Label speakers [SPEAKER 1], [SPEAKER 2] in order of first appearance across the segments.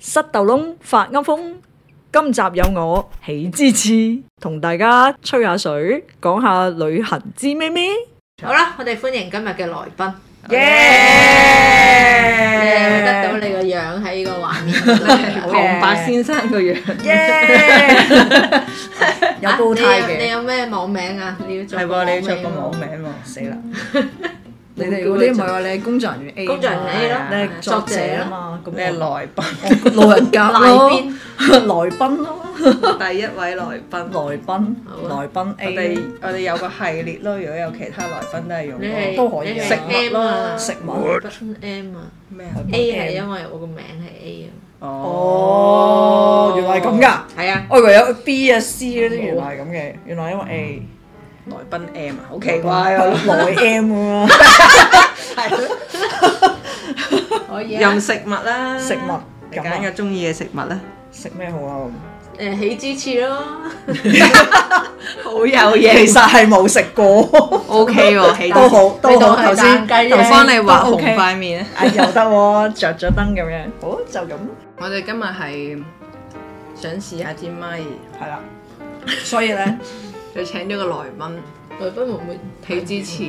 [SPEAKER 1] 塞豆窿發噏風。今集有我喜之之同大家吹下水，講下旅行之咩咩。
[SPEAKER 2] 好啦，我哋歡迎今日嘅來賓。你得到
[SPEAKER 1] 耶！
[SPEAKER 2] 你個樣喺呢個畫面度咧，
[SPEAKER 1] 好
[SPEAKER 2] 好
[SPEAKER 1] 嘅
[SPEAKER 3] 唐伯先生個樣，
[SPEAKER 1] 有煲呔
[SPEAKER 2] 啊你有你
[SPEAKER 1] 嘅，
[SPEAKER 2] 有咩網名啊？你要做
[SPEAKER 3] 係喎，你
[SPEAKER 2] 個
[SPEAKER 3] 要着個網
[SPEAKER 2] 網名喎。
[SPEAKER 3] 名喎，死啦！
[SPEAKER 1] 你哋嗰啲唔係話你係工作人員 A，
[SPEAKER 2] 工作人員 A
[SPEAKER 1] 嘛
[SPEAKER 2] 咯
[SPEAKER 1] 你係作者啊嘛，咁
[SPEAKER 3] 你係
[SPEAKER 1] 我
[SPEAKER 3] 來賓，
[SPEAKER 1] 我 老人家咯，
[SPEAKER 2] 賴邊
[SPEAKER 1] 來賓咯，
[SPEAKER 3] 第一位來賓。
[SPEAKER 1] 來賓
[SPEAKER 2] 好啊
[SPEAKER 1] 來賓
[SPEAKER 3] 我哋
[SPEAKER 1] A
[SPEAKER 3] 我哋有個系列咯，如果有其他來賓都係用
[SPEAKER 2] 你係
[SPEAKER 3] 我
[SPEAKER 1] 都可以
[SPEAKER 2] 你
[SPEAKER 1] 啊
[SPEAKER 2] 係
[SPEAKER 3] 食物
[SPEAKER 2] M 啊，
[SPEAKER 3] 咯，
[SPEAKER 1] 食物。
[SPEAKER 2] 物 M 啊
[SPEAKER 3] 咩啊？
[SPEAKER 2] ，A
[SPEAKER 1] M
[SPEAKER 2] 係因為我個名係 A 啊。
[SPEAKER 1] 哦，原來係咁㗎。
[SPEAKER 2] 係啊，
[SPEAKER 1] 我以為有 B 啊 C 嗰啲，原來係咁嘅，原來因為 A
[SPEAKER 3] 來賓 M 啊，好奇怪啊！
[SPEAKER 1] 內 M 啊，
[SPEAKER 2] 可以啊
[SPEAKER 3] 任。食物啦，
[SPEAKER 1] 食物
[SPEAKER 3] 你揀個中意嘅食物啦，
[SPEAKER 1] 食咩好啊？
[SPEAKER 2] 誒，喜之翅咯，
[SPEAKER 3] 好有嘢
[SPEAKER 1] 其實係冇食過，
[SPEAKER 3] ，O K 喎，起
[SPEAKER 1] 都好都好。
[SPEAKER 2] 你
[SPEAKER 1] 頭
[SPEAKER 2] 當係
[SPEAKER 1] 先
[SPEAKER 2] 蛋雞
[SPEAKER 1] 頭
[SPEAKER 2] 啫
[SPEAKER 3] 幫
[SPEAKER 1] 先
[SPEAKER 3] 你畫
[SPEAKER 1] 都
[SPEAKER 3] 紅
[SPEAKER 1] OK
[SPEAKER 3] 塊面啊！
[SPEAKER 1] 哎又得喎，着咗燈咁樣，好就咁，
[SPEAKER 3] 我哋今日係想試下支咪，
[SPEAKER 1] 係啦。所以咧，
[SPEAKER 3] 就請咗個來賓。
[SPEAKER 2] 來賓會唔會
[SPEAKER 3] 睇支持，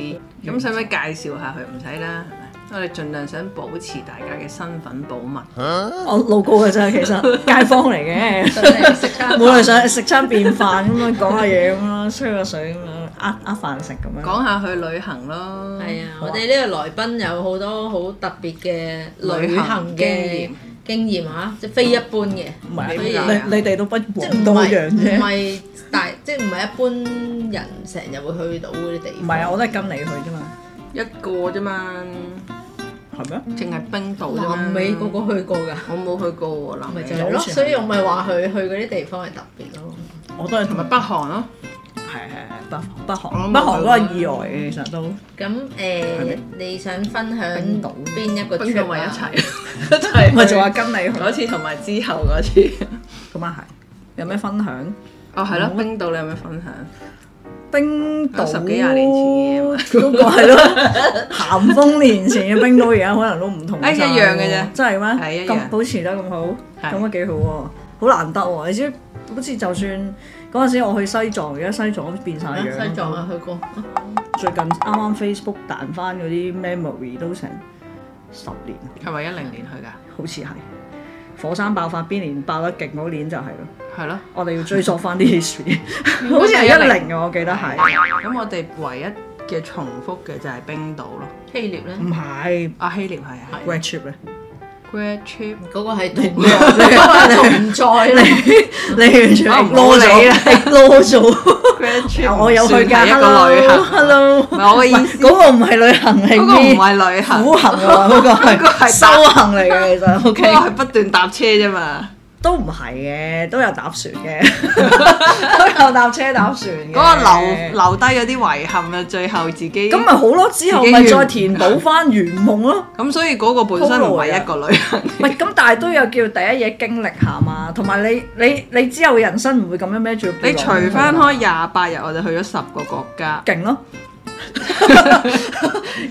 [SPEAKER 3] 咁使唔使介紹下佢？唔使啦，係咪？我哋盡量想保持大家嘅身份保密。
[SPEAKER 1] 我路過嘅啫，其實街坊嚟嘅，
[SPEAKER 2] 食得？
[SPEAKER 1] 冇理想食餐便飯咁樣講下嘢咁啦，吹下水咁樣，呃呃飯食咁樣。
[SPEAKER 3] 講下去旅行咯，
[SPEAKER 2] 係啊，我哋呢個來賓有好多好特別嘅旅行嘅經驗嚇，即係非一般嘅。
[SPEAKER 1] 唔
[SPEAKER 2] 所
[SPEAKER 1] 係
[SPEAKER 2] 以
[SPEAKER 1] 啊你你哋都不
[SPEAKER 2] 即係
[SPEAKER 1] 遑
[SPEAKER 2] 唔
[SPEAKER 1] 都一
[SPEAKER 2] 係
[SPEAKER 1] 樣
[SPEAKER 2] 唔
[SPEAKER 1] 啫，
[SPEAKER 2] 係大，即係唔係一般人成日會去到嗰啲地
[SPEAKER 1] 唔
[SPEAKER 2] 方。
[SPEAKER 1] 係啊，我都係跟你去啫嘛，
[SPEAKER 3] 一個啫嘛，
[SPEAKER 1] 係咩？
[SPEAKER 3] 淨係冰島啫嘛
[SPEAKER 2] 南美個個去過㗎，
[SPEAKER 3] 我冇去過喎，南
[SPEAKER 2] 咪
[SPEAKER 3] 美
[SPEAKER 2] 就
[SPEAKER 1] 係
[SPEAKER 2] 係咯。
[SPEAKER 1] 好似係
[SPEAKER 2] 所以我咪話佢去嗰啲地方係特別咯。
[SPEAKER 1] 我都係同
[SPEAKER 3] 同埋北韓咯，
[SPEAKER 1] 係係係北韓北
[SPEAKER 3] 我
[SPEAKER 1] 韓
[SPEAKER 3] 諗
[SPEAKER 1] 北韓都係意外嘅，其實都
[SPEAKER 2] 咁
[SPEAKER 1] 咩
[SPEAKER 2] 誒，你想分享
[SPEAKER 1] 冰島
[SPEAKER 2] 邊一個
[SPEAKER 3] 冰島
[SPEAKER 2] trip
[SPEAKER 3] 咪一 齊
[SPEAKER 2] 啊？
[SPEAKER 3] 一齊去。
[SPEAKER 1] 咪就話跟你去
[SPEAKER 3] 嗰次同埋之後嗰次。
[SPEAKER 1] 咁啊係，有咩分享？
[SPEAKER 3] 哦，係
[SPEAKER 2] 啊
[SPEAKER 3] 咯，冰島你有咩分享？
[SPEAKER 1] 冰島
[SPEAKER 3] 啊十幾廿年前嘅嘢
[SPEAKER 1] 嗰個係咯，咸豐年前嘅冰島而家可能都唔同晒
[SPEAKER 3] 哎一
[SPEAKER 1] 喎
[SPEAKER 3] 樣嘅啫
[SPEAKER 1] 真係
[SPEAKER 3] 係
[SPEAKER 1] 咩？
[SPEAKER 3] 一樣
[SPEAKER 1] 咁保持得咁好，
[SPEAKER 3] 係
[SPEAKER 1] 咁啊幾好喎，好難得喎！你知好似就算嗰陣時我去西藏，而家西藏都變晒樣。
[SPEAKER 2] 西藏啊，去過。
[SPEAKER 1] 最近啱啱 Facebook 彈翻嗰啲 memory 都成十年，
[SPEAKER 3] 係咪一零年去
[SPEAKER 1] 好似係火山爆發邊年爆得勁嗰年就係咯。
[SPEAKER 3] 㗎？係咯。
[SPEAKER 1] 我哋要追溯翻 啲 history，好似係一零啊嘅，我記得係。
[SPEAKER 3] 咁我哋唯一嘅重複嘅就係冰島咯。
[SPEAKER 2] 希臘咧，
[SPEAKER 1] 唔係
[SPEAKER 3] 啊，希臘係啊
[SPEAKER 1] grad trip 咧，
[SPEAKER 3] ，grad trip。
[SPEAKER 2] 嗰個係同嗰個係同在啦。
[SPEAKER 1] 你完全
[SPEAKER 3] 我啊唔
[SPEAKER 1] 攞
[SPEAKER 3] 好理
[SPEAKER 1] 咗
[SPEAKER 3] 啦
[SPEAKER 1] 攞咗。我有去㗎
[SPEAKER 3] 一個旅行。
[SPEAKER 1] ，hello，
[SPEAKER 3] 唔係我嘅意思，
[SPEAKER 1] 嗰個唔係旅行嚟
[SPEAKER 3] 嗰個
[SPEAKER 1] 嘅，
[SPEAKER 3] 唔係旅行，
[SPEAKER 1] 苦行啊，嗰個
[SPEAKER 3] 嗰個
[SPEAKER 1] 係
[SPEAKER 3] 係
[SPEAKER 1] 修行嚟嘅，其 實 OK
[SPEAKER 3] 嗰個係不斷搭車啫嘛。
[SPEAKER 1] 都唔係嘅，都有搭船 嘅，都有搭車搭船嘅。
[SPEAKER 3] 嗰個留留低嗰啲遺憾啊，最後自己
[SPEAKER 1] 咁咪好咯，之後咪再填補翻圓夢咯。
[SPEAKER 3] 咁，所以嗰個本身唔係一個旅 行。
[SPEAKER 1] 唔係咁，但係都有叫第一嘢經歷下嘛，同埋你你你之後人生唔會咁樣孭住個背
[SPEAKER 3] 你
[SPEAKER 1] 囊
[SPEAKER 3] 除翻開廿八日，我就去咗十個國 家。
[SPEAKER 1] 勁咯，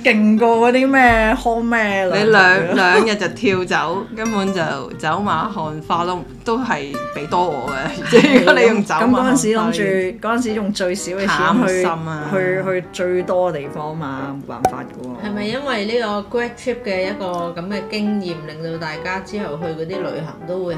[SPEAKER 1] 勁過嗰啲咩康咩
[SPEAKER 3] 你兩兩日就跳走，根本就走馬看花都都係俾多 我嘅。即係如果你用走
[SPEAKER 1] 咁
[SPEAKER 3] 馬
[SPEAKER 1] 嗰陣時
[SPEAKER 3] 看花
[SPEAKER 1] 諗住嗰陣時用最少嘅錢
[SPEAKER 3] 貪
[SPEAKER 1] 去
[SPEAKER 3] 心啊
[SPEAKER 1] 去去最多嘅地方嘛，冇辦法嘅喎。
[SPEAKER 2] 係咪因為呢個 grad trip 嘅一個咁嘅經驗，令到大家之後去嗰啲旅行都會係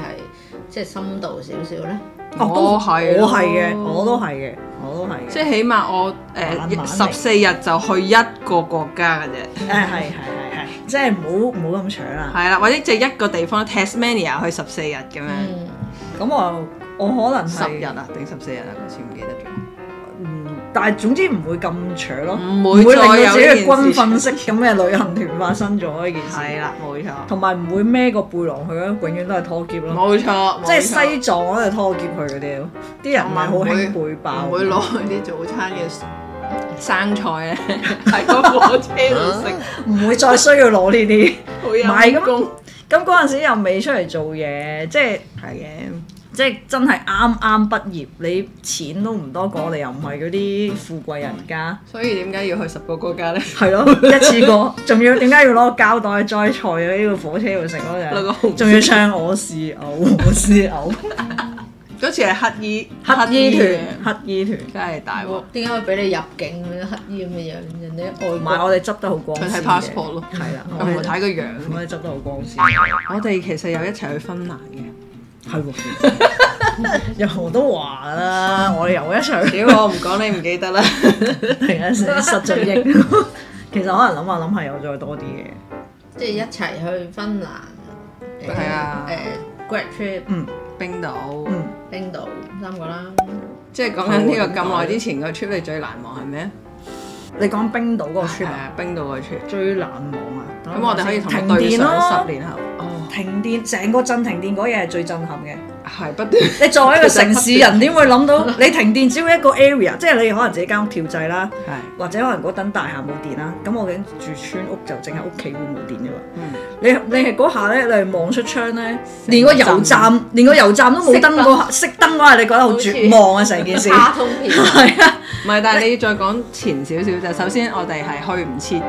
[SPEAKER 2] 即係深度少少呢？
[SPEAKER 1] 哦都
[SPEAKER 3] 我係
[SPEAKER 1] 我係嘅，
[SPEAKER 3] 咯
[SPEAKER 1] 我都係嘅，我都係嘅。
[SPEAKER 3] 即係起碼我
[SPEAKER 1] 慢慢
[SPEAKER 3] 誒
[SPEAKER 1] 嚟
[SPEAKER 3] 十四日就去一個國家嘅啫，
[SPEAKER 1] 誒係係係係，即係唔好唔好咁搶啦。
[SPEAKER 3] 係啦，或者就一個地方 Tasmania 去十四日咁樣，
[SPEAKER 2] 嗯，
[SPEAKER 1] 咁我我可能
[SPEAKER 3] 十
[SPEAKER 1] 係
[SPEAKER 3] 日啊定十四日啊，嗰次唔記得咗。
[SPEAKER 1] 但係總之唔會咁扯咯，
[SPEAKER 3] 唔
[SPEAKER 1] 會
[SPEAKER 3] 會
[SPEAKER 1] 令
[SPEAKER 3] 再
[SPEAKER 1] 到自己
[SPEAKER 3] 有
[SPEAKER 1] 嘅
[SPEAKER 3] 呢件
[SPEAKER 1] 軍
[SPEAKER 3] 事
[SPEAKER 1] 訓式咁嘅旅行團發生咗呢件
[SPEAKER 3] 係
[SPEAKER 1] 事，
[SPEAKER 3] 啦，冇錯，
[SPEAKER 1] 同埋唔會孭個背囊去咯，永遠都係拖篋咯，
[SPEAKER 3] 冇錯，
[SPEAKER 1] 即係
[SPEAKER 3] 冇錯
[SPEAKER 1] 西藏嗰度拖篋去嗰啲咯，啲人唔係好興背包，
[SPEAKER 3] 唔會攞佢啲早餐嘅生菜 咧，喺個火車度 食，
[SPEAKER 1] 唔會再需要攞呢啲。
[SPEAKER 3] 好有
[SPEAKER 1] 唔係咁
[SPEAKER 3] 功。
[SPEAKER 1] 咁嗰陣時又未出嚟做嘢，即係
[SPEAKER 3] 係嘅，
[SPEAKER 1] 即係真係啱啱畢業，你錢都唔多過，你又唔係嗰啲富貴人家，
[SPEAKER 3] 所以點解要去十個國家呢？
[SPEAKER 1] 係 咯，一次過，仲要點解要攞個膠袋栽菜喺呢個火車度食嗰
[SPEAKER 3] 攞個紅
[SPEAKER 1] 陣，仲要唱我是牛，我是 牛，
[SPEAKER 3] 嗰次係乞衣
[SPEAKER 1] 乞衣
[SPEAKER 3] 嘅
[SPEAKER 1] 團，乞衣團，
[SPEAKER 3] 真係大鑊，
[SPEAKER 2] 點解會俾你入境咁樣乞衣咁嘅樣？人哋
[SPEAKER 1] 同
[SPEAKER 2] 外
[SPEAKER 1] 埋
[SPEAKER 2] 國
[SPEAKER 1] 我哋執得好光鮮
[SPEAKER 3] 佢睇
[SPEAKER 1] 嘅
[SPEAKER 3] passport 咯，
[SPEAKER 1] 係啦，
[SPEAKER 3] 又
[SPEAKER 1] 我
[SPEAKER 3] 唔
[SPEAKER 1] 哋
[SPEAKER 3] 係睇個樣。
[SPEAKER 1] 我哋執得好光鮮，
[SPEAKER 3] 我哋其實有一齊去芬蘭嘅。
[SPEAKER 1] 係喎，有我都話啦，我哋又一啊齊去。
[SPEAKER 3] 屌，我唔講你唔記 得啦。
[SPEAKER 1] 突然間失咗憶。 其實可能諗下諗下有再多啲嘅，
[SPEAKER 2] 即係一齊去芬蘭，誒
[SPEAKER 3] 係啊
[SPEAKER 2] 誒 grad trip
[SPEAKER 1] 嗯
[SPEAKER 3] 冰島，
[SPEAKER 1] 嗯，
[SPEAKER 2] 冰島三個啦，
[SPEAKER 3] 即係講緊呢個咁耐之前個 trip，你最難忘係咩？
[SPEAKER 1] 你講冰島嗰個
[SPEAKER 3] 係
[SPEAKER 1] trip 啊
[SPEAKER 3] 啊，冰島個 trip。
[SPEAKER 1] 最難忘啊！等
[SPEAKER 3] 咁我哋可以
[SPEAKER 1] 諗
[SPEAKER 3] 同
[SPEAKER 1] 下先
[SPEAKER 3] 佢對
[SPEAKER 1] 停電
[SPEAKER 3] 上十
[SPEAKER 1] 咯，
[SPEAKER 3] 年後。哦，
[SPEAKER 1] 停電成個鎮停電嗰嘢係最震 撼嘅。
[SPEAKER 3] 係不斷。
[SPEAKER 1] 你作為一個城市人，點會諗 到你停電只要一個 area，即係你可能自己間屋跳掣啦，
[SPEAKER 3] 係，
[SPEAKER 1] 或者可能嗰等大廈冇電啦。咁我哋住村屋就淨係屋企會冇電啫嘛。
[SPEAKER 3] 嗯，
[SPEAKER 1] 你你係嗰下咧，你係望出窗咧，連個油站連個油站都冇燈嗰下，熄燈嗰下，你覺得好絕望啊！成件事
[SPEAKER 2] 卡通片
[SPEAKER 1] 係啊。
[SPEAKER 3] 唔係，但係你要再講前少少就，首先我哋係去唔切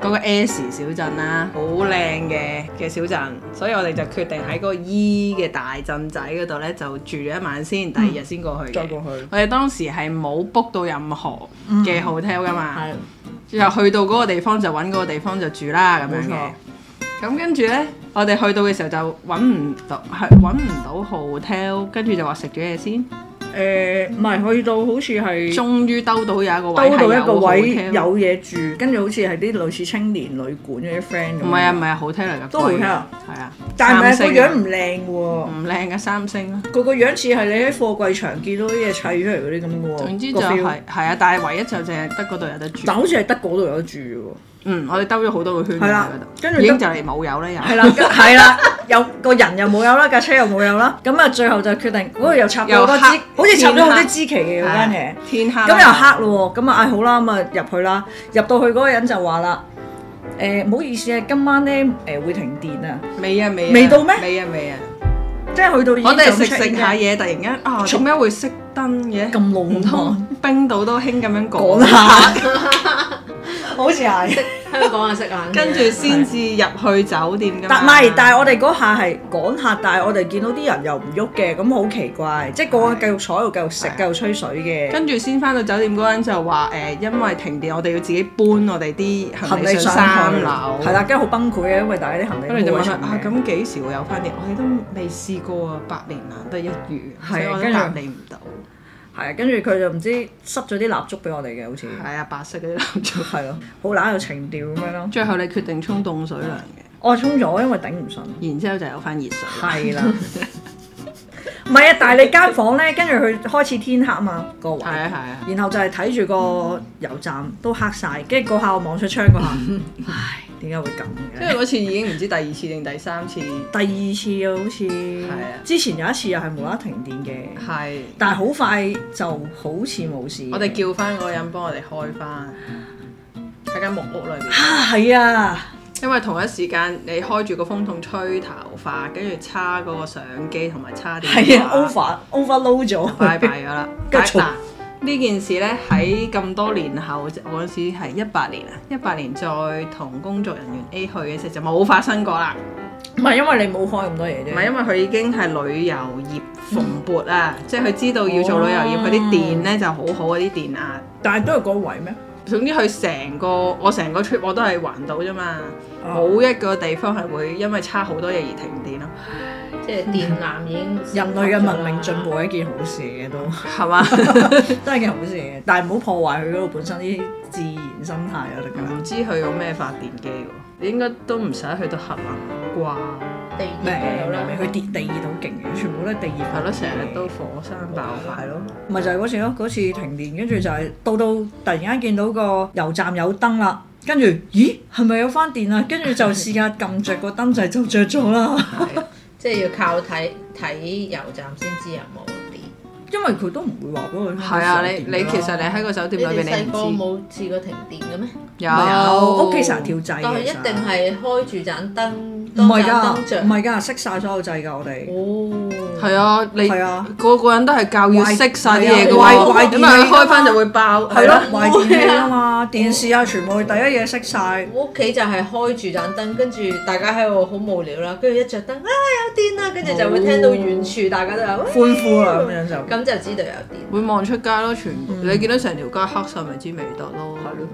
[SPEAKER 3] 嗰個 S 小鎮啦，好靚嘅嘅小鎮，所以我哋就決定喺嗰個 E 嘅大鎮仔嗰度咧就住咗一晚先，第二日先過去嘅。
[SPEAKER 1] 再過去
[SPEAKER 3] 我哋當時係冇 book 到任何嘅 hotel 噶嘛。
[SPEAKER 1] 嗯係
[SPEAKER 3] 之後去到嗰個地方就揾嗰個地方就住啦咁樣
[SPEAKER 1] 冇
[SPEAKER 3] 嘅
[SPEAKER 1] 錯。
[SPEAKER 3] 咁跟住呢，我哋去到嘅時候就揾唔到，係揾唔到 hotel，跟住就話食咗嘢先。
[SPEAKER 1] 嗯誒，唔係去到好似係
[SPEAKER 3] 終於兜到有一個位
[SPEAKER 1] 兜到一個位
[SPEAKER 3] 係 hotel
[SPEAKER 1] 有嘢住，跟住好似係啲類似青年旅館嗰啲 friend 咁。
[SPEAKER 3] 唔係啊，唔係啊，hotel 嚟㗎，
[SPEAKER 1] 都
[SPEAKER 3] 貴㗎
[SPEAKER 1] hotel
[SPEAKER 3] 係啊，
[SPEAKER 1] 但係個
[SPEAKER 3] 三星嗯啊
[SPEAKER 1] 樣唔靚喎，
[SPEAKER 3] 唔靚嘅三星啊啦。
[SPEAKER 1] 個個樣似係你喺貨櫃場見到啲嘢砌出嚟嗰啲咁嘅喎。
[SPEAKER 3] 總之就
[SPEAKER 1] 個 feel
[SPEAKER 3] 係係啊，但係唯一就淨係得嗰度有得住
[SPEAKER 1] 但。好似係得嗰度有得住喎。
[SPEAKER 3] 嗯，我哋兜咗好多個圈㗎
[SPEAKER 1] 係啦
[SPEAKER 3] 嗰度，
[SPEAKER 1] 跟住
[SPEAKER 3] 已經
[SPEAKER 1] 得
[SPEAKER 3] 就嚟冇有啦又。
[SPEAKER 1] 係啦， 係啦，有個人又冇有啦，架車又冇有啦，咁啊最後就決定嗰度又插咗好多支，
[SPEAKER 3] 又黑
[SPEAKER 1] 好似插咗好多
[SPEAKER 3] 天黑
[SPEAKER 1] 支旗嘅
[SPEAKER 3] 係啊
[SPEAKER 1] 嗰間嘢。
[SPEAKER 3] 天黑啦
[SPEAKER 1] 咁又黑咯喎，咁啊嗌好啦，咁啊入去啦，入到去嗰個人就話啦，誒、唔好意思啊，今晚咧誒、會停電啊，
[SPEAKER 3] 未啊未啊
[SPEAKER 1] 未到咩
[SPEAKER 3] 未啊未啊！
[SPEAKER 1] 即係去到已
[SPEAKER 3] 我
[SPEAKER 1] 經
[SPEAKER 3] 哋
[SPEAKER 1] 就
[SPEAKER 3] 食食
[SPEAKER 1] check-in
[SPEAKER 3] 下
[SPEAKER 1] 嘅
[SPEAKER 3] 嘢，突然間啊，做咩會熄燈嘅？
[SPEAKER 1] 咁濃
[SPEAKER 3] 唔
[SPEAKER 1] 湯
[SPEAKER 3] 通冰島都興咁樣
[SPEAKER 1] 講
[SPEAKER 3] 啊 講，
[SPEAKER 1] 下，好似係，
[SPEAKER 2] 香港啊識冷，
[SPEAKER 3] 跟住先至入去酒店㗎嘛。
[SPEAKER 1] 但唔係，但係我哋嗰下係趕客，但係我哋見到啲人又唔喐嘅，咁好奇怪，即係個個繼續坐喺度繼續食
[SPEAKER 3] 係
[SPEAKER 1] 繼續吹水嘅，
[SPEAKER 3] 跟住先翻到酒店嗰陣就話誒、因為停電，我哋要自己搬我哋啲行
[SPEAKER 1] 行
[SPEAKER 3] 李
[SPEAKER 1] 李上
[SPEAKER 3] 上
[SPEAKER 1] 去
[SPEAKER 3] 三樓。
[SPEAKER 1] 係啦，跟住好崩潰嘅，因為大家啲行李
[SPEAKER 3] 跟住就
[SPEAKER 1] 冇
[SPEAKER 3] 問
[SPEAKER 1] 位
[SPEAKER 3] 佢
[SPEAKER 1] 上
[SPEAKER 3] 啊，
[SPEAKER 1] 嘅
[SPEAKER 3] 咁幾時會有翻電？我哋都未試過啊，百年難得一遇，
[SPEAKER 1] 係
[SPEAKER 3] 所以我都
[SPEAKER 1] 跟住
[SPEAKER 3] 答你唔到。
[SPEAKER 1] 係啊，跟住佢就唔知塞咗啲蠟燭俾我哋嘅，好似
[SPEAKER 3] 係啊，白色嗰啲蠟燭。
[SPEAKER 1] 係咯，好乸有情調咁樣咯。
[SPEAKER 3] 最後你決定沖凍水涼嘅，
[SPEAKER 1] 我沖咗，因為頂唔順。
[SPEAKER 3] 然之後就有翻熱水。
[SPEAKER 1] 係啦，唔係啊，但係你間房咧，跟住佢開始天黑嘛個位，
[SPEAKER 3] 係啊係啊，
[SPEAKER 1] 然後就係睇住個油站都黑晒，跟住嗰下我望出窗嗰 下，唉，點解會咁嘅？
[SPEAKER 3] 因為嗰次已經唔知第二次定第三次，
[SPEAKER 1] 第二次啊，好似
[SPEAKER 3] 係啊
[SPEAKER 1] 之前有一次又係無啦啦停電嘅，
[SPEAKER 3] 係
[SPEAKER 1] 但係好快就好似冇事。
[SPEAKER 3] 我哋叫翻嗰個人幫我哋開翻喺間木屋裏邊，
[SPEAKER 1] 啊係啊，
[SPEAKER 3] 因為同一時間你開住個風筒吹頭髮，跟住叉嗰個相機同埋叉電話
[SPEAKER 1] 係啊，over overload 咗，
[SPEAKER 3] 拜拜咗 啦。
[SPEAKER 1] 跟
[SPEAKER 3] 但
[SPEAKER 1] 住嘈
[SPEAKER 3] 嗱呢件事呢，喺咁多年後，我嗰陣時係一八年啊，一八年再同工作人員 A 去嘅時候就冇發生過啦。
[SPEAKER 1] 唔係因為你冇開咁多嘢啫，
[SPEAKER 3] 唔係因為佢已經係旅遊業蓬勃啊，即係佢知道要做旅遊業，佢啲電呢就好好啊啲電壓。
[SPEAKER 1] 但係都係嗰位咩？
[SPEAKER 3] 總之佢成個我成個 trip 我都係環島啫嘛，
[SPEAKER 1] 哦
[SPEAKER 3] 冇一個地方係會因為差好多嘢而停電咯，
[SPEAKER 2] 即係電纜已經
[SPEAKER 1] 人類嘅文明進步係一件好事嚟嘅都。
[SPEAKER 3] 係 嘛？
[SPEAKER 1] 都係件好事嚟嘅，但係唔好破壞佢嗰度本身啲自然生態啊得㗎啦。
[SPEAKER 3] 唔知佢用咩發電機喎？應該都唔使去到核能啩？
[SPEAKER 2] 地
[SPEAKER 1] 咩
[SPEAKER 2] 熱有啦，
[SPEAKER 1] 佢跌地熱好勁嘅，全部都係地熱。
[SPEAKER 3] 係咯，成日都火山爆發
[SPEAKER 1] 係
[SPEAKER 3] 咯。
[SPEAKER 1] 咯，咪就係嗰次咯，嗰次停電，跟住就係到到突然間見到個油站有燈啦，跟住咦係咪有翻電啊？跟住就試下撳着個燈掣就着咗啦，
[SPEAKER 3] 係
[SPEAKER 2] 即係要靠睇睇油站先知有冇電。
[SPEAKER 1] 因為佢都唔會話俾我聽
[SPEAKER 3] 係啊，你
[SPEAKER 1] 有電㗎
[SPEAKER 3] 你
[SPEAKER 1] 啦
[SPEAKER 3] 其實你喺個啊酒
[SPEAKER 2] 你
[SPEAKER 3] 店裏
[SPEAKER 2] 哋
[SPEAKER 3] 邊
[SPEAKER 2] 細
[SPEAKER 3] 你
[SPEAKER 2] 個
[SPEAKER 3] 唔
[SPEAKER 2] 冇試過停電嘅咩？
[SPEAKER 3] 知有
[SPEAKER 1] 有屋企成日跳掣嘅，
[SPEAKER 2] 但係一定
[SPEAKER 1] 其實
[SPEAKER 2] 係開住盞燈
[SPEAKER 1] 唔係㗎，
[SPEAKER 2] 當盞燈
[SPEAKER 1] 唔係㗎，熄晒所有掣㗎，我哋。
[SPEAKER 2] 哦，
[SPEAKER 3] 係啊，你
[SPEAKER 1] 係啊
[SPEAKER 3] 個個人都係教要
[SPEAKER 1] 壞
[SPEAKER 3] 熄晒啲嘢嘅
[SPEAKER 1] 係啊壞
[SPEAKER 3] 喎，
[SPEAKER 1] 壞電器
[SPEAKER 3] 咁啊
[SPEAKER 1] 㗎嘛
[SPEAKER 3] 開翻就會爆。
[SPEAKER 1] 係
[SPEAKER 3] 係
[SPEAKER 1] 咯
[SPEAKER 3] 啊，
[SPEAKER 1] 壞電器啊嘛，電視啊，全部佢第一嘢熄晒。
[SPEAKER 2] 我屋企就係開住盞燈，跟住大家喺度好無聊啦，跟住一着燈啊有電啦，跟住就會聽到遠處大家都有喂
[SPEAKER 1] 嗯歡呼啦咁樣就
[SPEAKER 2] 咁就知道有電。
[SPEAKER 3] 會望出街咯，全部
[SPEAKER 1] 嗯
[SPEAKER 3] 你見到成條街黑晒咪知未得咯。
[SPEAKER 1] 係咯，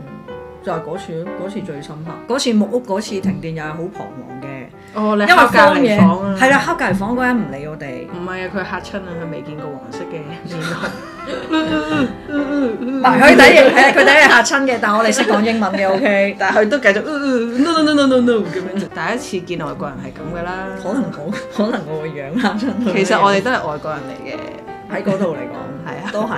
[SPEAKER 1] 就係嗰次咯，嗰次最深刻。
[SPEAKER 2] 啊
[SPEAKER 1] 嗰次木屋嗰次停電又係好彷徨嘅，
[SPEAKER 3] 哦，你
[SPEAKER 1] 因為
[SPEAKER 3] 黑隔
[SPEAKER 1] 荒
[SPEAKER 3] 離
[SPEAKER 1] 野
[SPEAKER 3] 房啊，
[SPEAKER 1] 係啦，，黑隔離房嗰個人唔理我哋。
[SPEAKER 3] 唔係啊，佢嚇親啊，佢未見過黃色嘅面 孔。嗯
[SPEAKER 1] 唔係佢第一係佢第一日 嚇親嘅，但係我哋識講英文嘅，OK。
[SPEAKER 3] 但係佢都繼續呃 no no no no no no 咁樣。第一次見外國人係咁噶啦，
[SPEAKER 1] 可能我 可能我個樣嚇親佢。
[SPEAKER 3] 其實我哋都係外國人嚟嘅，
[SPEAKER 1] 喺嗰度嚟講
[SPEAKER 3] 係啊
[SPEAKER 1] 都係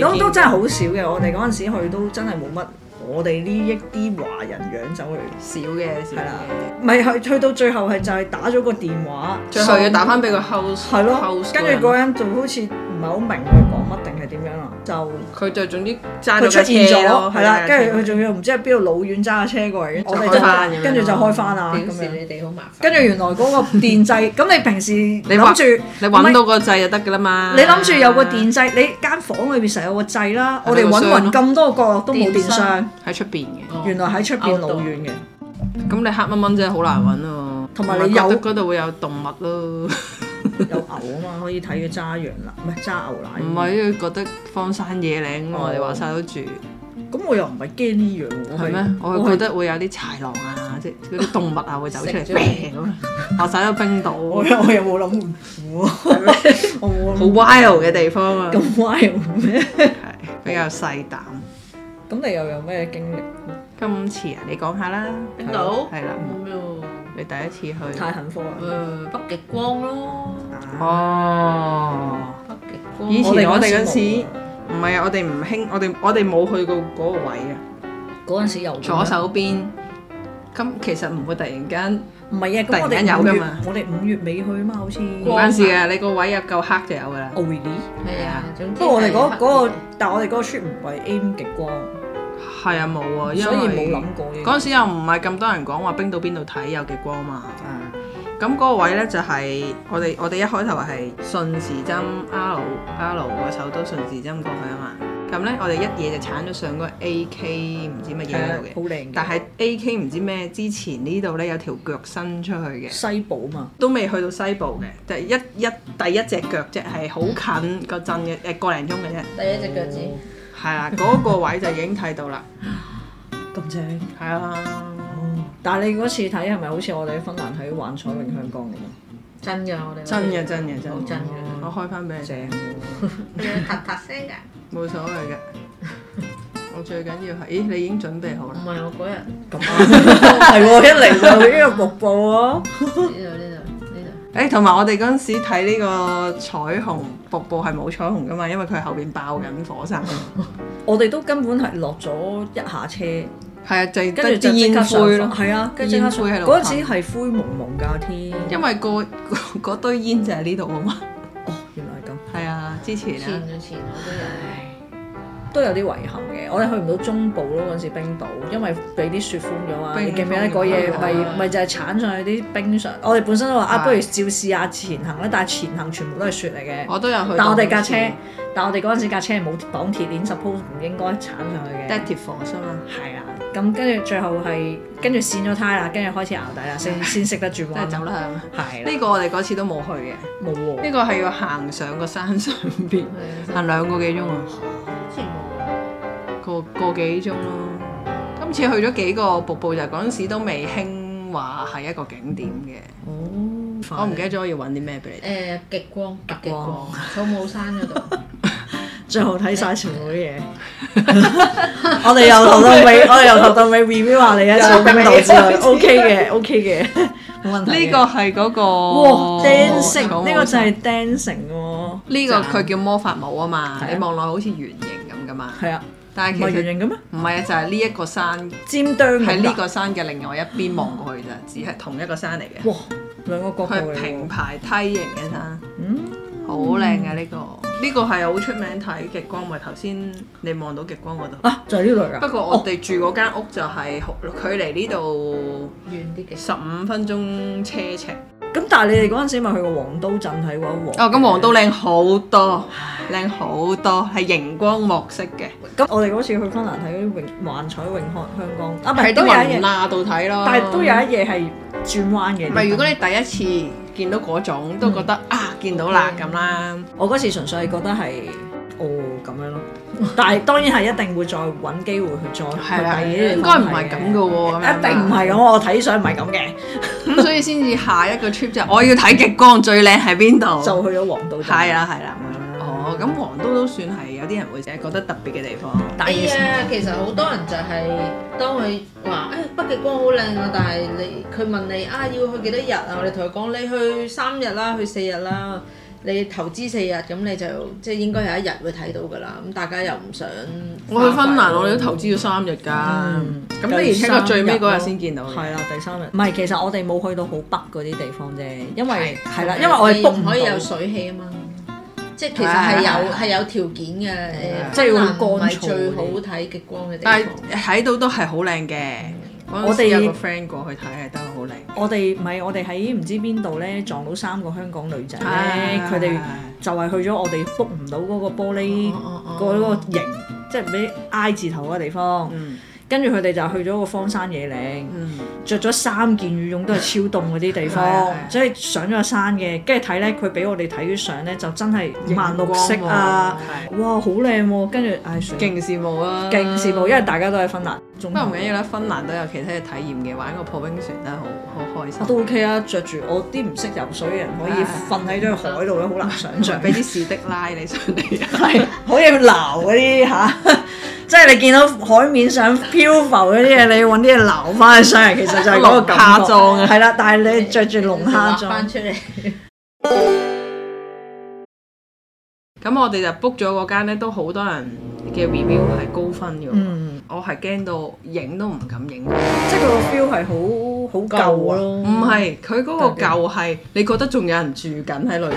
[SPEAKER 1] 嘅，
[SPEAKER 3] 見
[SPEAKER 1] 都
[SPEAKER 3] 過
[SPEAKER 1] 都真係好少嘅。我哋嗰陣時去都真係冇乜，我哋呢一啲華人養走去，
[SPEAKER 3] 少嘅少
[SPEAKER 1] 係啦
[SPEAKER 3] 嘅。，
[SPEAKER 1] 咪係去到最後係就係打咗個電話，
[SPEAKER 3] 最後要打翻俾個 house，
[SPEAKER 1] 係
[SPEAKER 3] host
[SPEAKER 1] 咯，跟住
[SPEAKER 3] 個
[SPEAKER 1] 嗰
[SPEAKER 3] 人
[SPEAKER 1] 人就好似唔係好明佢講乜定係點樣啦，就。
[SPEAKER 3] 佢就總之揸咗
[SPEAKER 1] 佢出現
[SPEAKER 3] 啊架車
[SPEAKER 1] 咗，
[SPEAKER 3] 咯
[SPEAKER 1] 係啦，跟住佢
[SPEAKER 3] 佢
[SPEAKER 1] 仲要唔知喺邊度老遠揸車過嚟，我哋
[SPEAKER 3] 開返咁嗯樣
[SPEAKER 1] 就跟住就開翻啦咁
[SPEAKER 2] 表示
[SPEAKER 1] 樣。
[SPEAKER 2] 你哋好麻煩。
[SPEAKER 1] 跟住原來嗰個電 掣，咁你平時
[SPEAKER 3] 你啊
[SPEAKER 1] 諗
[SPEAKER 3] 話
[SPEAKER 1] 住
[SPEAKER 3] 你揾到個掣就得噶啦嘛。
[SPEAKER 1] 你諗住有個電掣，你間房裏邊成日有個掣啦。
[SPEAKER 3] 係
[SPEAKER 1] 我
[SPEAKER 3] 咪
[SPEAKER 1] 哋
[SPEAKER 3] 啊個
[SPEAKER 1] 揾勻
[SPEAKER 3] 箱咯
[SPEAKER 1] 咁多個角落都冇電
[SPEAKER 2] 電箱
[SPEAKER 1] 箱，
[SPEAKER 3] 喺出邊嘅，
[SPEAKER 2] 哦
[SPEAKER 1] 原來喺出邊老
[SPEAKER 2] outdoor
[SPEAKER 1] 遠嘅。
[SPEAKER 3] 咁你黑蚊蚊真係好難揾喎。
[SPEAKER 1] 同埋你
[SPEAKER 3] 覺得
[SPEAKER 1] 有
[SPEAKER 3] 嗰度會有動物咯，
[SPEAKER 1] 有牛啊嘛，可以睇佢揸羊奶，唔係揸牛奶。
[SPEAKER 3] 唔，係覺得荒山野嶺喎，我哋話晒都住。
[SPEAKER 1] 咁我又唔係驚呢樣喎。
[SPEAKER 3] 係咩？我係覺得會有啲豺狼啊，即係嗰啲動物啊會走出嚟，
[SPEAKER 2] 食咗
[SPEAKER 3] 砰 咁樣落晒咗冰 島，
[SPEAKER 1] 我係我我又冇諗過虎啊， 我冇
[SPEAKER 3] 好
[SPEAKER 1] 諗
[SPEAKER 3] wild 嘅地方啊，
[SPEAKER 1] 咁歪咩？
[SPEAKER 3] 係比較細膽。
[SPEAKER 1] 咁你又有咩經歷？
[SPEAKER 3] 今次啊，你講下啦，
[SPEAKER 2] 冰島
[SPEAKER 3] 係啦，
[SPEAKER 2] 哦咁又
[SPEAKER 3] 你第一次去
[SPEAKER 1] 太幸福啦！
[SPEAKER 2] 誒北極光咯，
[SPEAKER 3] 哦。
[SPEAKER 2] 北極光。
[SPEAKER 3] 以前我哋嗰
[SPEAKER 1] 陣
[SPEAKER 3] 時
[SPEAKER 1] 時
[SPEAKER 3] 唔係啊，我哋唔興，我哋我哋冇去過嗰個位啊，
[SPEAKER 1] 冇嗰陣時有
[SPEAKER 3] 左手邊。咁其實唔會突然間
[SPEAKER 1] 唔係啊，咁我
[SPEAKER 3] 突然
[SPEAKER 1] 哋
[SPEAKER 3] 間有
[SPEAKER 1] 五
[SPEAKER 3] 㗎
[SPEAKER 1] 月
[SPEAKER 3] 嘛
[SPEAKER 1] 我哋五月尾去啊嘛，好似。
[SPEAKER 3] 唔關事嘅，你個位有夠黑就有噶啦。
[SPEAKER 1] Oh really？
[SPEAKER 2] 係啊，總之
[SPEAKER 1] 不過我哋嗰
[SPEAKER 2] 係啊
[SPEAKER 1] 嗰
[SPEAKER 2] 黑
[SPEAKER 1] 個，但係我哋嗰個 trip 唔係 aim 極光，
[SPEAKER 3] 係啊，冇啊，因為
[SPEAKER 1] 所以冇諗過嘅。
[SPEAKER 3] 嗰陣時又唔係咁多人講話冰島邊度睇有極光嘛，
[SPEAKER 1] 啊
[SPEAKER 3] 咁嗰個位呢，就係、我哋我哋一開頭係順時針 R R 個首都順時針過去啊嘛，咁呢，我哋一嘢就鏟咗上嗰個 A K 唔知乜嘢
[SPEAKER 1] 係啊
[SPEAKER 3] 嗰度嘅，
[SPEAKER 1] 好靚
[SPEAKER 3] 但
[SPEAKER 1] 嘅。
[SPEAKER 3] 係 A K 唔知咩之前呢度呢，有條腳伸出去嘅。
[SPEAKER 1] 西部嘛，
[SPEAKER 3] 都未去到西部嘅，就係一一第一隻腳啫，係好近個鎮嘅，誒個零鐘嘅啫，
[SPEAKER 2] 第一隻腳趾。
[SPEAKER 3] 係啦，嗰個位就已經睇到啦，
[SPEAKER 1] 咁正。
[SPEAKER 3] 係啊，
[SPEAKER 1] 但係你嗰次睇係咪好似我哋喺芬蘭睇幻彩詠香江咁啊？
[SPEAKER 2] 真㗎，我哋
[SPEAKER 3] 真嘅真嘅真
[SPEAKER 2] 好
[SPEAKER 3] 嘅，
[SPEAKER 2] 真 嘅，
[SPEAKER 3] 我開翻俾你
[SPEAKER 1] 正
[SPEAKER 3] 睇。
[SPEAKER 1] 喎，
[SPEAKER 2] 佢突突聲㗎。
[SPEAKER 3] 冇所謂嘅。我最緊要係，咦？你已經準備好
[SPEAKER 2] 唔
[SPEAKER 3] 啦。
[SPEAKER 2] 係我嗰日
[SPEAKER 1] 咁啱 係喎，一嚟就呢個瀑布 啊！
[SPEAKER 2] 呢度呢度呢度。
[SPEAKER 3] 誒、同埋我哋嗰陣時睇呢個彩虹瀑布係冇彩虹噶嘛，因為佢後邊爆緊火山。
[SPEAKER 1] 我哋都根本係落咗一下車。
[SPEAKER 3] 係啊，就
[SPEAKER 1] 跟住就
[SPEAKER 3] 就啲
[SPEAKER 1] 即刻
[SPEAKER 3] 煙
[SPEAKER 1] 上
[SPEAKER 3] 灰
[SPEAKER 1] 咯，
[SPEAKER 3] 咯。
[SPEAKER 1] 係啊，跟住即刻上
[SPEAKER 3] 煙灰喺度
[SPEAKER 1] 嗰陣時係灰蒙蒙㗎天，
[SPEAKER 3] 因為、個嗰堆煙就係呢度啊嘛。
[SPEAKER 1] 哦原來係咁，
[SPEAKER 3] 係啊，之前
[SPEAKER 2] 前
[SPEAKER 3] 啊，
[SPEAKER 2] 咗前我嗰日
[SPEAKER 1] 都有啲遺憾嘅。我哋去唔到中部咯，嗰陣時冰島，因為俾啲雪封咗啊。
[SPEAKER 3] 冰
[SPEAKER 1] 你記唔記得嗰嘢
[SPEAKER 3] 封咗
[SPEAKER 1] 咪
[SPEAKER 2] 啊
[SPEAKER 1] 咪就係鏟上去啲冰上？我哋本身都話啊，
[SPEAKER 3] 係
[SPEAKER 1] 不如照試下前行啦，但係前行全部都係雪嚟嘅。
[SPEAKER 3] 我都有去。
[SPEAKER 1] 但我哋架車，但我哋嗰陣時架車係冇綁鐵鏈，suppose 唔應該鏟上去嘅。
[SPEAKER 3] detective force 啊嘛，
[SPEAKER 1] 係啦，咁跟住最後係跟住跣咗胎啦，跟住開始熬底啦，先先識得轉
[SPEAKER 3] 都
[SPEAKER 1] 彎
[SPEAKER 3] 係。走啦係嘛。
[SPEAKER 1] 係啦
[SPEAKER 3] 呢，個我哋嗰次都冇去嘅，呢、
[SPEAKER 1] 冇喎。
[SPEAKER 3] 個係要行上個山上
[SPEAKER 2] 係
[SPEAKER 3] 邊，
[SPEAKER 2] 啊
[SPEAKER 3] 行兩個幾鐘啊。
[SPEAKER 2] 好似冇
[SPEAKER 3] 個個幾鐘咯。今次去咗幾個瀑布，就嗰陣時都未興話係一個景點嘅。
[SPEAKER 1] 哦，
[SPEAKER 3] 我唔記得咗我要揾啲咩俾你睇。
[SPEAKER 2] 誒極光北極
[SPEAKER 1] 光
[SPEAKER 2] 光草帽山嗰度。
[SPEAKER 1] 最後睇晒全部啲嘢，我哋由頭到尾，我哋由頭到尾 review 下你一次冰島之旅，OK 嘅，OK 嘅，冇問題嘅。
[SPEAKER 3] 呢個係嗰個
[SPEAKER 1] 哇
[SPEAKER 3] 草帽
[SPEAKER 1] ，dancing
[SPEAKER 3] 山
[SPEAKER 1] 呢個就係 dancing 喎，
[SPEAKER 3] 呢個佢叫魔法帽啊嘛，
[SPEAKER 1] 係啊
[SPEAKER 3] 你望落好似圓形咁噶嘛，
[SPEAKER 1] 係啊，
[SPEAKER 3] 但
[SPEAKER 1] 唔係
[SPEAKER 3] 係其
[SPEAKER 1] 圓
[SPEAKER 3] 實
[SPEAKER 1] 形嘅咩？
[SPEAKER 3] 唔係啊，就係呢一個山
[SPEAKER 1] 尖端咁㗎
[SPEAKER 3] 喺呢，個山嘅另外一邊望過去咋，只係同一個山嚟嘅，
[SPEAKER 1] 哇，兩個角度
[SPEAKER 3] 佢係
[SPEAKER 1] 嚟喎，
[SPEAKER 3] 平排梯形嘅山，
[SPEAKER 1] 嗯，
[SPEAKER 3] 好靚嘅呢個。呢個係好出名睇極光，咪頭先你望到極光嗰度。
[SPEAKER 1] 啊，就係呢類
[SPEAKER 3] 不
[SPEAKER 1] 㗎。
[SPEAKER 3] 過我哋住嗰間屋就係好距離呢度
[SPEAKER 2] 遠啲嘅。
[SPEAKER 3] 十五分鐘車程。
[SPEAKER 1] 咁但係你哋嗰陣時咪去過黃刀鎮睇過一
[SPEAKER 3] 哦，
[SPEAKER 1] 鑊。
[SPEAKER 3] 咁黃都靚好多，靚好多，係熒光幕式嘅，
[SPEAKER 1] 咁我哋嗰次去芬蘭睇嗰啲泳幻彩泳看香港啊，唔係
[SPEAKER 3] 係
[SPEAKER 1] 都
[SPEAKER 3] 啲
[SPEAKER 1] 有一
[SPEAKER 3] 雲
[SPEAKER 1] 夜，
[SPEAKER 3] 罅度睇咯。
[SPEAKER 1] 但係都有一夜係轉彎嘅。
[SPEAKER 3] 唔係，如果你第一次見到嗰種，都覺得啊見到啦咁啦。
[SPEAKER 1] 我嗰時純粹係覺得係哦咁樣咯，但係當然係一定會再揾機會去再
[SPEAKER 3] 係啦，
[SPEAKER 1] 去第二啲
[SPEAKER 3] 啊應
[SPEAKER 1] 地
[SPEAKER 3] 該
[SPEAKER 1] 方
[SPEAKER 3] 唔係
[SPEAKER 1] 睇嘅
[SPEAKER 3] 咁嘅喎，
[SPEAKER 1] 一定唔係咁，我睇相唔係咁嘅，
[SPEAKER 3] 咁，咁所以先至下一個 trip 就係我要睇極光最靚喺邊度，
[SPEAKER 1] 就去咗黃道。
[SPEAKER 3] 係，啦係啦，
[SPEAKER 1] 嗯
[SPEAKER 3] 哦，咁黃都都算係有啲人會覺得特別嘅地方，
[SPEAKER 1] 大
[SPEAKER 2] 哎
[SPEAKER 1] 嘅時候
[SPEAKER 2] 呀，其實好多人就係當佢話誒北極光好靚啊，但係你佢問你啊要去幾多日啊，我哋同佢講你去三日啦，去四日啦，你投資四日咁你就即係應該有一日會睇到㗎啦。咁大家又唔想
[SPEAKER 3] 我去芬蘭，
[SPEAKER 2] 花費
[SPEAKER 3] 我哋都投資咗三嗯日㗎，咁
[SPEAKER 1] 第
[SPEAKER 3] 的而且確最尾嗰日
[SPEAKER 1] 三
[SPEAKER 3] 先見到嘅。
[SPEAKER 1] 係啦，第三日。唔係，其實我哋冇去到好北嗰啲地方啫，因為
[SPEAKER 3] 係
[SPEAKER 1] 係啦，因為我哋
[SPEAKER 2] 你
[SPEAKER 1] book 唔
[SPEAKER 2] 唔可以有
[SPEAKER 1] 到。啊
[SPEAKER 2] 水氣啊嘛。即係其實係有
[SPEAKER 3] 係
[SPEAKER 2] 係有條件嘅，誒，
[SPEAKER 1] 即係要
[SPEAKER 2] 芬蘭唔
[SPEAKER 1] 乾
[SPEAKER 2] 係
[SPEAKER 1] 燥
[SPEAKER 2] 最好
[SPEAKER 1] 啲
[SPEAKER 2] 睇極光嘅地
[SPEAKER 3] 但係
[SPEAKER 2] 方。哦
[SPEAKER 3] 睇到都係好靚嘅。我
[SPEAKER 1] 我
[SPEAKER 3] 哋
[SPEAKER 1] 哋
[SPEAKER 3] 有個 friend 過去睇係得好靚。
[SPEAKER 1] 我哋唔係我哋喺唔知邊度咧撞到三個香港女仔咧，
[SPEAKER 3] 啊
[SPEAKER 1] 佢哋就係去咗我哋 book 唔到嗰個玻璃
[SPEAKER 2] 哦哦哦
[SPEAKER 1] 嗰個形，即係俾 I 字頭嘅地方。
[SPEAKER 3] 嗯
[SPEAKER 1] 跟住佢哋就去咗個荒山野嶺。
[SPEAKER 3] 嗯，
[SPEAKER 1] 着咗三件羽絨都係超凍嗰啲地
[SPEAKER 3] 係啊係
[SPEAKER 1] 方
[SPEAKER 3] 啊，
[SPEAKER 1] 即係上咗山嘅，跟住睇咧，佢俾我哋睇啲相咧，就真係五顏六色啊！哇，好靚喎！跟住唉，算勁
[SPEAKER 3] 勁羨慕啊！
[SPEAKER 1] 勁羨慕，因為大家都喺芬蘭，仲
[SPEAKER 3] 不過唔緊要啦，芬蘭都有其他嘅體驗嘅，玩個破冰船都係好好開
[SPEAKER 1] 我
[SPEAKER 3] 心。
[SPEAKER 1] 都 OK 啊！着住我啲唔識游水嘅人可以瞓喺張海度咧，好難想 像，
[SPEAKER 3] 俾啲士的拉你上嚟， 啊
[SPEAKER 1] 可以撈嗰啲嚇。 即係你見到海面上漂浮嗰啲嘢，你要揾啲嘢撈翻上嚟，其實就係嗰個 感
[SPEAKER 3] 龍蝦
[SPEAKER 1] 覺。
[SPEAKER 3] 裝啊
[SPEAKER 1] 係啦，但係你着住龍蝦
[SPEAKER 2] 畫
[SPEAKER 1] 裝
[SPEAKER 2] 翻。出嚟。
[SPEAKER 3] 咁我哋就 book 咗嗰間咧，都好多人嘅 review 係高分嘅。
[SPEAKER 1] 嗯
[SPEAKER 3] 我係驚到影都唔敢影。
[SPEAKER 1] 即係佢個 feel 係好啊好舊咯。
[SPEAKER 3] 唔係，佢嗰個舊係你覺得仲有人住緊喺裏面，